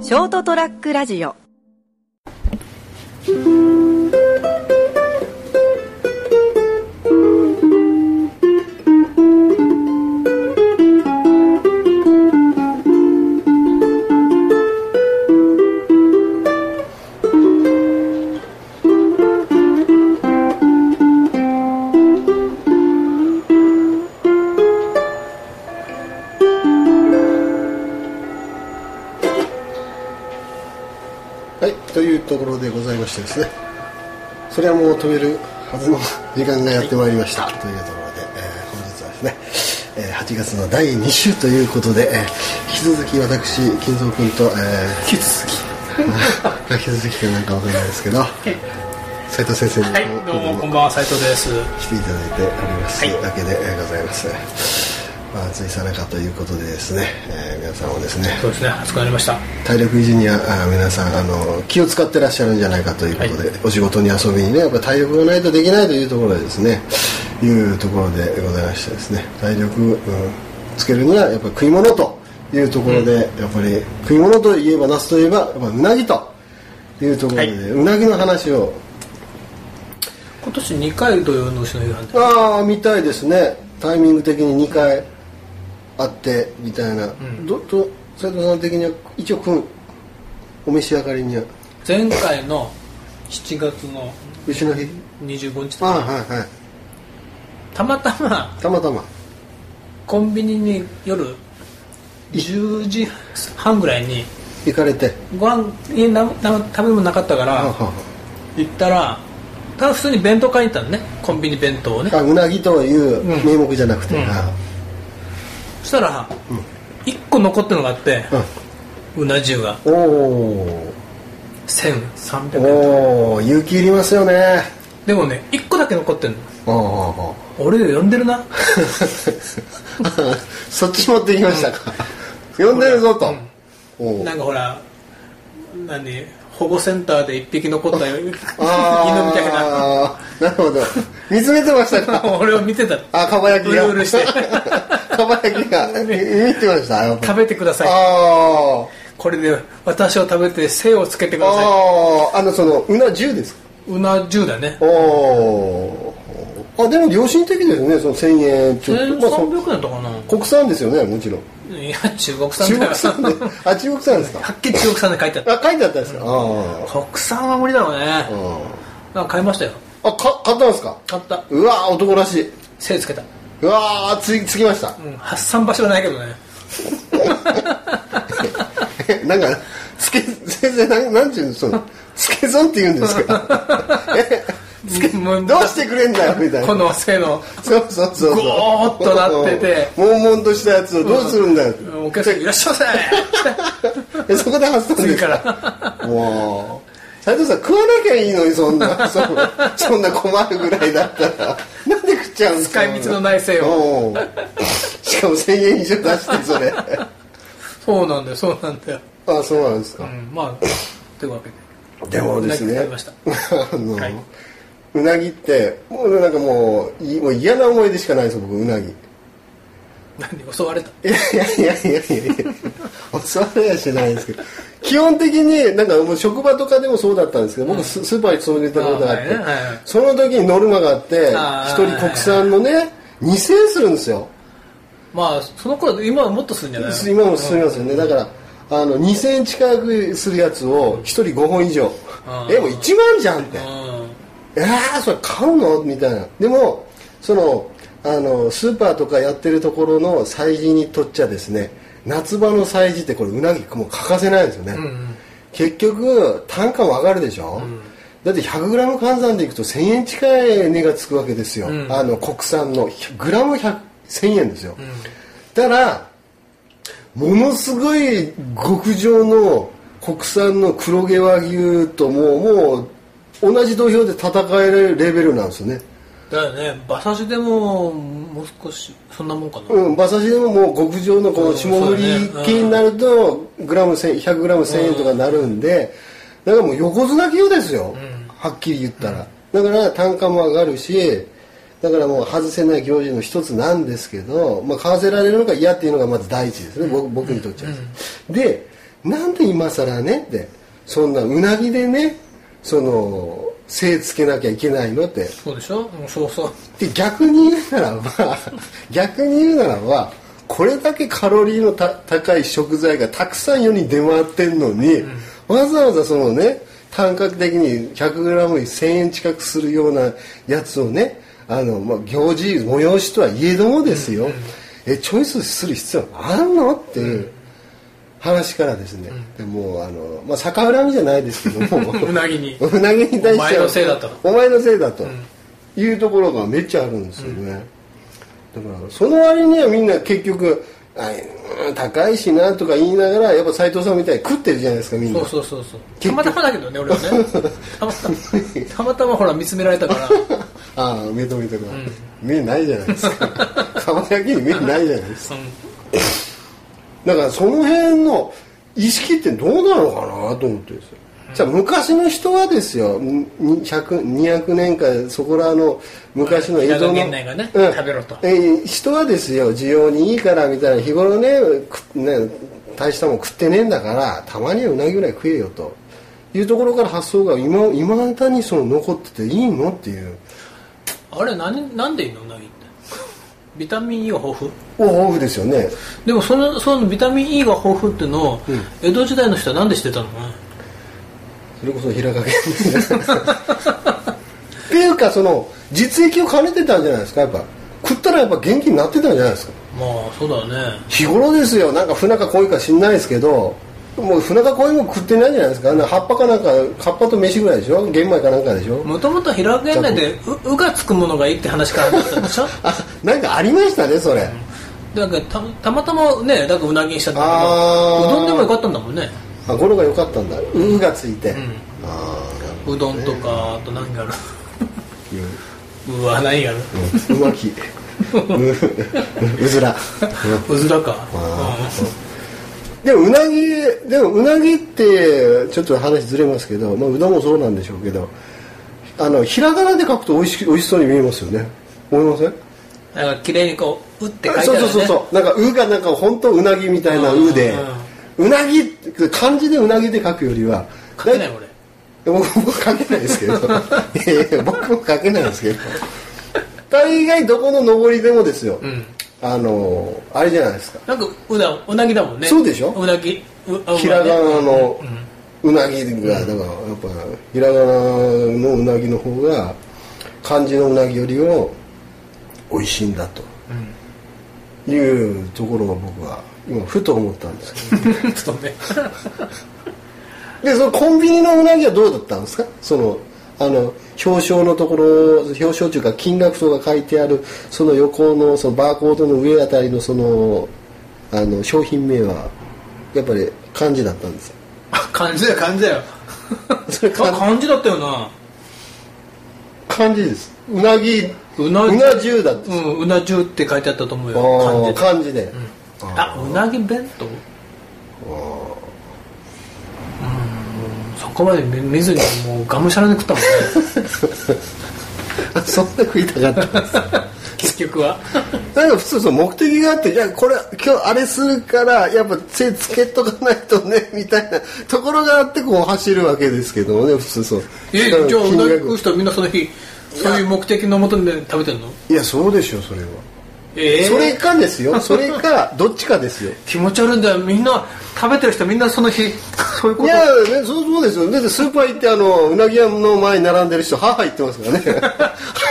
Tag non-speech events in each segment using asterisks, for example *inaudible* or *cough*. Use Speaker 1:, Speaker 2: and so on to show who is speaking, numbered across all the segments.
Speaker 1: ショートトラックラジオ
Speaker 2: はいというところでございましてですねそれはもう止めるはずの *laughs* 時間がやってまいりました、というところで、えー本日はですね、えー8月の第2週ということで、えー引き続き私金蔵君と、えー、引き続 *laughs* き引き続きかなんかわかんないですけど斉藤先生に
Speaker 3: はい、どうもこんばんは、斉藤です。
Speaker 2: 来ていただいております、
Speaker 3: はい
Speaker 2: だけでえーございますまあ暑いさなかということでですね、えー皆さんをですね
Speaker 3: そうですね、暑くなりました。
Speaker 2: 体力維持にはあー皆さんあの気を使ってらっしゃるんじゃないかということで、お仕事に遊びにねやっぱ体力がないとできないというところでですねいうところでございましてですね体力、うんつけるにはやっぱり食い物というところで、やっぱり食い物といえばナスといえばやっぱうなぎというところで、
Speaker 3: はいう
Speaker 2: なぎの話を
Speaker 3: 今年2回土曜の牛の夕飯で。
Speaker 2: ああみたいですねタイミング的に2回あってみたいな、どど斉藤さん的には一応くんお召し上がりには
Speaker 3: 前回の7月の
Speaker 2: 牛の日
Speaker 3: 25日
Speaker 2: あはいはい
Speaker 3: たまたま
Speaker 2: たまたま
Speaker 3: コンビニに夜10時半ぐらいに
Speaker 2: 行かれて
Speaker 3: ご飯家になな食べ物なかったか
Speaker 2: あ
Speaker 3: ら
Speaker 2: は
Speaker 3: 行ったらただ普通に弁当買いに行ったのねコンビニ弁当をね
Speaker 2: あうなぎという
Speaker 3: うん
Speaker 2: 名目じゃなくて、
Speaker 3: うん
Speaker 2: あ
Speaker 3: そしたら1個残ってるのがあって
Speaker 2: あ
Speaker 3: うな重が
Speaker 2: うんおー
Speaker 3: 1300円
Speaker 2: おお勇気いりますよね
Speaker 3: でもね1個だけ残ってるの
Speaker 2: おーおーおー
Speaker 3: 俺呼んでるな
Speaker 2: *laughs* そっち持ってきましたか、呼んでるぞと、おー
Speaker 3: なんかほら何保護センターで一匹残ったよ犬み
Speaker 2: あ
Speaker 3: たいな
Speaker 2: ーなるほど見つめてましたか
Speaker 3: *laughs* 俺を見てた
Speaker 2: あかば焼きが
Speaker 3: うるうるして
Speaker 2: *laughs* かば焼きがえ見てましたやっぱ
Speaker 3: 食べてください
Speaker 2: あー
Speaker 3: これで私を食べて精をつけてくださ
Speaker 2: あーあのそのうな重ですか
Speaker 3: いうな重だね
Speaker 2: おーあでも良心的ですねその1000円ちょっと、まあ、そ
Speaker 3: 1300円とかな
Speaker 2: 国産ですよねもちろん
Speaker 3: いや中国産
Speaker 2: 中
Speaker 3: だ
Speaker 2: 国産で
Speaker 3: よ
Speaker 2: あ中国産ですか
Speaker 3: はっきり中国産で書いてあった
Speaker 2: あ書いてあったんですか、あ
Speaker 3: 国産は無理だろうね
Speaker 2: あうん
Speaker 3: なんか買いましたよ
Speaker 2: あか買ったんですか
Speaker 3: 買った
Speaker 2: うわー男らしい
Speaker 3: 精つけた、
Speaker 2: うわーつつきました
Speaker 3: うん、発散場所はないけどね
Speaker 2: え *laughs* なんかつけ先生なんなんていうんですかつけ損って言うんです
Speaker 3: *laughs*
Speaker 2: かえつけ
Speaker 3: もう
Speaker 2: どうしてくれんだよみたい
Speaker 3: こ
Speaker 2: な
Speaker 3: の精の
Speaker 2: そうそうそうそう
Speaker 3: ゴーッとなってて
Speaker 2: 悶々としたやつをどうするんだよ、
Speaker 3: お客さんいらっしゃい
Speaker 2: *laughs*
Speaker 3: ま
Speaker 2: えそこで発散
Speaker 3: せ
Speaker 2: で
Speaker 3: 次
Speaker 2: すか
Speaker 3: から
Speaker 2: もう斉藤さん食わなきゃいいのにそんな
Speaker 3: *laughs*
Speaker 2: そんなそんな困るぐらいだったらなんで食っちゃうんですか
Speaker 3: 使い道のないせい
Speaker 2: をしかも1000円以上出してそれあ
Speaker 3: そうなんだよそうなんだよ
Speaker 2: そうなんですか、
Speaker 3: うん、まあ、というわけで。
Speaker 2: でもですね
Speaker 3: うなぎ食べました。
Speaker 2: あの、
Speaker 3: はいう
Speaker 2: なぎってもうなんかもういもう嫌な思い出しかないです僕うなぎ
Speaker 3: 何襲われた。
Speaker 2: いやいやいやいやいやいや襲われやしないですけど基本的になんかもう職場とかでもそうだったんですけど僕ス,、スーパーに勤めてたことがあって
Speaker 3: あーはいはい
Speaker 2: その時にノルマがあって
Speaker 3: あ
Speaker 2: 一
Speaker 3: ー
Speaker 2: 人国産のね2000円するんですよ
Speaker 3: まあ、その頃、今はもっとするんじゃない
Speaker 2: 今も進みますよねだからあの2000円近くするやつを一人5本以上
Speaker 3: あー
Speaker 2: えもう1万じゃんって
Speaker 3: うん。
Speaker 2: えー、それ買うのみたいなでもそのあのスーパーとかやってるところの催事にとっちゃですね夏場の催事ってこれうなぎもう欠かせないんですよね、
Speaker 3: ん
Speaker 2: 結局単価も上がるでしょ、だって 100g 換算でいくと1000円近い値がつくわけですよ、
Speaker 3: ん
Speaker 2: あの国産のグラム1000円ですよ、だからものすごい極上の国産の黒毛和牛ともうもう同じ土俵で戦えるレベルなんですよね、
Speaker 3: だよね、馬刺しでも、もう少し、そんなもんかな。
Speaker 2: うん、馬刺しでももう極上のこ
Speaker 3: う
Speaker 2: の
Speaker 3: ん
Speaker 2: 霜降り
Speaker 3: そうだね
Speaker 2: 系になるとグラム1000 100g1000 円とかなるんでだからもう横綱級ですよ、はっきり言ったら、だから単価も上がるしだからもう外せない行事の一つなんですけど、まあ、買わせられるのか嫌っていうのがまず第一ですね、僕僕にとっちゃうんです、でなんで今更ねってそんなうなぎでねその精つけなきゃいけないのって
Speaker 3: そうでしょうんそうそう
Speaker 2: で逆に言うならば *laughs* 逆に言うならばこれだけカロリーのた高い食材がたくさん世に出回ってんのに、わざわざそのね単価的に 100g に1000円近くするようなやつをねあの、まあ、行事催しとはいえどもですよ、えチョイスする必要あんのっていう。話からですね、でもうあの、まあ、逆恨みじゃないですけども
Speaker 3: うなぎに
Speaker 2: *laughs* うなぎに対しては
Speaker 3: お前のせいだと
Speaker 2: お前のせいだと、いうところがめっちゃあるんですよね、だからその割にはみんな結局あうん高いしなとか言いながらやっぱ斎藤さんみたいに食ってるじゃないですかみんな
Speaker 3: そうそうそうそうたまたまだけどね
Speaker 2: *laughs*
Speaker 3: 俺はねたまたまたまたまほら見つめられたから
Speaker 2: ああ認めてるわ、目ないじゃないです
Speaker 3: *laughs*
Speaker 2: か蒲焼きに目ないじゃないですかだからその辺の意識ってどうなのかなと思ってですよじゃあ昔の人はですよに100 200年間そこらの昔の江戸の、
Speaker 3: 平賀源内がね
Speaker 2: うん
Speaker 3: 食べろと
Speaker 2: えー人はですよ需要にいいからみたいな日頃ねくね大したもん食ってねえんだからたまにはうなぎぐらい食えよというところから発想が今今まだにその残ってていいのっていう
Speaker 3: あれ何なんでいいのうなぎってビタミン E が豊富
Speaker 2: オフですよね
Speaker 3: でもそのそのビタミン E が豊富っていうのを、江戸時代の人はなんで知ってたのかな
Speaker 2: それこそ平賀源氏っていうかその実益を兼ねてたんじゃないですかやっぱ食ったらやっぱ元気になってたんじゃないですか
Speaker 3: まあそうだね
Speaker 2: 日頃ですよなんか船か鯉か知んないですけどもう船か鯉も食ってないじゃないですかあんな葉っぱかなんか葉っぱと飯ぐらいでしょ玄米かなんかでしょ
Speaker 3: もともと平賀内でううがつくものがいいって話からだったん
Speaker 2: *laughs*
Speaker 3: でしょ
Speaker 2: あなんかありましたねそれ、
Speaker 3: だからたたまたまねだからうなぎにしちゃったんだ
Speaker 2: あー
Speaker 3: けどうどんでもよかったんだもんね
Speaker 2: あゴロが良かったんだ「う」がついて、あ
Speaker 3: うどんとかあと何がある
Speaker 2: あいう
Speaker 3: うわ何がある
Speaker 2: うんうまきううずら、うん
Speaker 3: うずらか
Speaker 2: あ
Speaker 3: う
Speaker 2: でもうなぎでもうなぎってちょっと話ずれますけど、まあ、うどんもそうなんでしょうけどあのひらがなで書くと美味し美味しそうに見えますよね思いません
Speaker 3: んだから綺麗にこう「う」って書いてある
Speaker 2: そう
Speaker 3: ね
Speaker 2: そうそうそうなんか「う」がなんか本当うなぎみたいな「う」でうなぎって漢字でうなぎで書くよりは
Speaker 3: 書けない俺
Speaker 2: 僕僕書けないですけどいやいや僕も書けないですけど大概どこの上りでもですよ、
Speaker 3: うん
Speaker 2: あのあれじゃないですか
Speaker 3: なんかうだうなぎだもんね
Speaker 2: そうでしょ
Speaker 3: うなぎうあ
Speaker 2: ひらがなの
Speaker 3: うん
Speaker 2: うなぎがだからやっぱひらがなのうなぎの方が漢字のうなぎよりも美味しいんだと
Speaker 3: うん
Speaker 2: いうところを僕は今ふと思ったんですけど
Speaker 3: うん *laughs* ちょっとね
Speaker 2: でそのコンビニのうなぎはどうだったんですかそのあの表彰のところ表彰というか金額とか書いてあるその横のそのバーコードの上あたりのそのあの商品名はやっぱり漢字だったんですよ
Speaker 3: あ漢字だよ漢字だ *laughs* よ
Speaker 2: それ
Speaker 3: あ
Speaker 2: 漢
Speaker 3: 漢字だったよな
Speaker 2: 漢字ですうなぎ
Speaker 3: うな
Speaker 2: うな重だって
Speaker 3: うんうな重って書いてあったと思う
Speaker 2: あ
Speaker 3: よ
Speaker 2: あ
Speaker 3: 漢
Speaker 2: 漢字で、
Speaker 3: 字であうなぎ弁当うんそこまで見見ずにもうがむしゃらに食ったもんね
Speaker 2: そんな食いたかったんで
Speaker 3: *laughs*
Speaker 2: す *laughs*
Speaker 3: 結局は
Speaker 2: なんか普通その目的があってじゃあこれ今日あれするからやっぱ手つけとかないとねみたいなところがあってこう走るわけですけどもね普通そう
Speaker 3: えじゃあ
Speaker 2: だ
Speaker 3: う
Speaker 2: から金
Speaker 3: な
Speaker 2: 額
Speaker 3: ぎ食う人はみんなその日そういう目的のもとで食べてんの
Speaker 2: いやそうでしょそれは、
Speaker 3: ええ
Speaker 2: それかですよそれかどっちかですよ
Speaker 3: 気持ち悪いんだよみんな食べてる人みんなそ
Speaker 2: *laughs*
Speaker 3: の日そういうこ
Speaker 2: い
Speaker 3: と
Speaker 2: やね、そうそうですよだってスーパー行ってあのうなぎ屋の前に並んでる人はは言ってますからね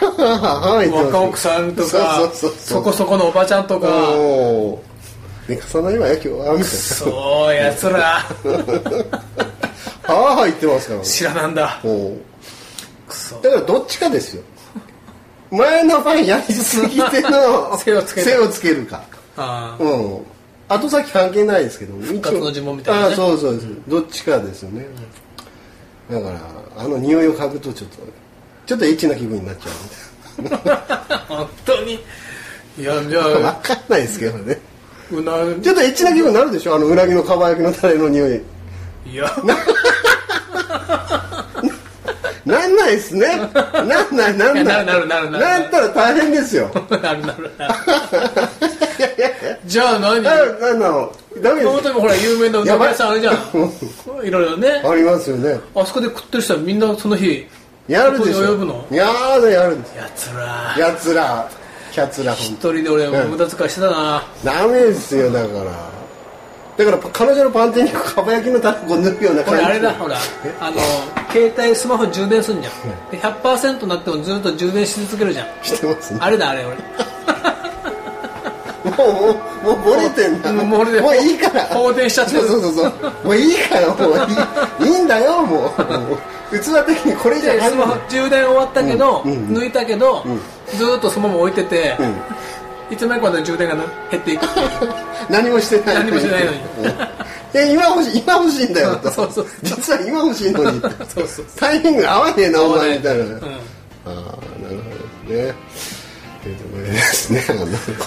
Speaker 2: ははは言ってます
Speaker 3: 若奥さんとか
Speaker 2: そうそうそうそう
Speaker 3: そこそこのおばちゃんとか
Speaker 2: おお寝かさないわよ今日はみた
Speaker 3: そうやつら
Speaker 2: いなああ入ってますから
Speaker 3: 知らなんだ
Speaker 2: おお
Speaker 3: くそ
Speaker 2: だからどっちかですよ前のファンやりすぎての
Speaker 3: 背をつける
Speaker 2: 背をつけるか
Speaker 3: ああ
Speaker 2: うん後先関係ないですけど復
Speaker 3: 活の呪文みたいなね
Speaker 2: ああそうそうです、どっちかですよね、だからあの匂いを嗅ぐとちょっとちょっとエッチな気分になっちゃうみたいな *laughs*
Speaker 3: 本当にいやじゃあ
Speaker 2: 分かんないですけどね
Speaker 3: うな
Speaker 2: ちょっとエッチな気分になるでしょあのうなぎのかば焼きのタレの匂い
Speaker 3: いや
Speaker 2: なんないっすね。なんない、なんない。
Speaker 3: いやなるなるなるなる *laughs*
Speaker 2: ったら大変ですよ。
Speaker 3: なるなるなるじゃあ何
Speaker 2: ななんなのダメ
Speaker 3: 熊
Speaker 2: です
Speaker 3: 本にもほら有名なうなぎ屋さん
Speaker 2: *laughs*
Speaker 3: あれじゃんいろいろね
Speaker 2: ありますよね
Speaker 3: あそこで食ってる人はみんなその日
Speaker 2: やるでし
Speaker 3: ここに及ぶ
Speaker 2: ょ
Speaker 3: の
Speaker 2: やーだやるんです
Speaker 3: やつら
Speaker 2: やつらキャツラ
Speaker 3: 一
Speaker 2: 本当
Speaker 3: 人で俺も無駄遣いしてたな、
Speaker 2: ダメですよだからだから彼女のパンテにかば焼きのタコ塗るような
Speaker 3: こ
Speaker 2: 感
Speaker 3: れ
Speaker 2: じ
Speaker 3: あれだほらあの携帯スマホ充電すんじゃんで100%になってもずっと充電し続けるじゃん
Speaker 2: してますね
Speaker 3: あれだ
Speaker 2: *laughs*
Speaker 3: あれ俺
Speaker 2: もうもうもうボレてんだ
Speaker 3: もうもう俺
Speaker 2: もういいから
Speaker 3: 放放電しちゃって
Speaker 2: そ
Speaker 3: る
Speaker 2: うそうそうそうもういいからもういいいいんだよもうもう器的にこれじゃ
Speaker 3: で
Speaker 2: ない
Speaker 3: スマホ充電終わったけど、
Speaker 2: うんうん
Speaker 3: 抜いたけど、ずっとそのまま置いてて、
Speaker 2: ん
Speaker 3: いつの間にかまで充電がな減っていく
Speaker 2: 何もしてない
Speaker 3: 何もしてないのに
Speaker 2: *laughs* え今欲しい今欲しいんだよと
Speaker 3: そうそうそう
Speaker 2: 実は今欲しいのに
Speaker 3: *laughs* そうそう
Speaker 2: タイミング合わねえなお前みたいな、
Speaker 3: うん
Speaker 2: ああなるほどですねというところでですねあの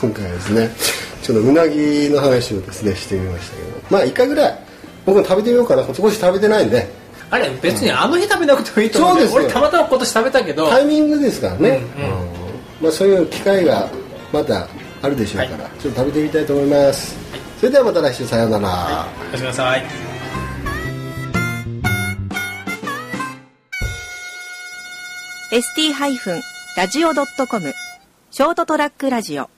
Speaker 2: 今回はですねちょっとうなぎの話をですねしてみましたけどまあ一回ぐらい僕も食べてみようかな少し食べてないんで
Speaker 3: あれ別にあの日食べなくてもいいと思うんだよ
Speaker 2: そうですよ
Speaker 3: 俺たまたま今年食べたけど
Speaker 2: タイミングですからね、
Speaker 3: うんうん
Speaker 2: うんまあ、そういう機会がまたあるでしょうから、ちょっと食べてみたいと思いますそれではまた来週さようなら、
Speaker 3: おやすみなさい
Speaker 1: ー ST-radio.com ショートトラックラジオ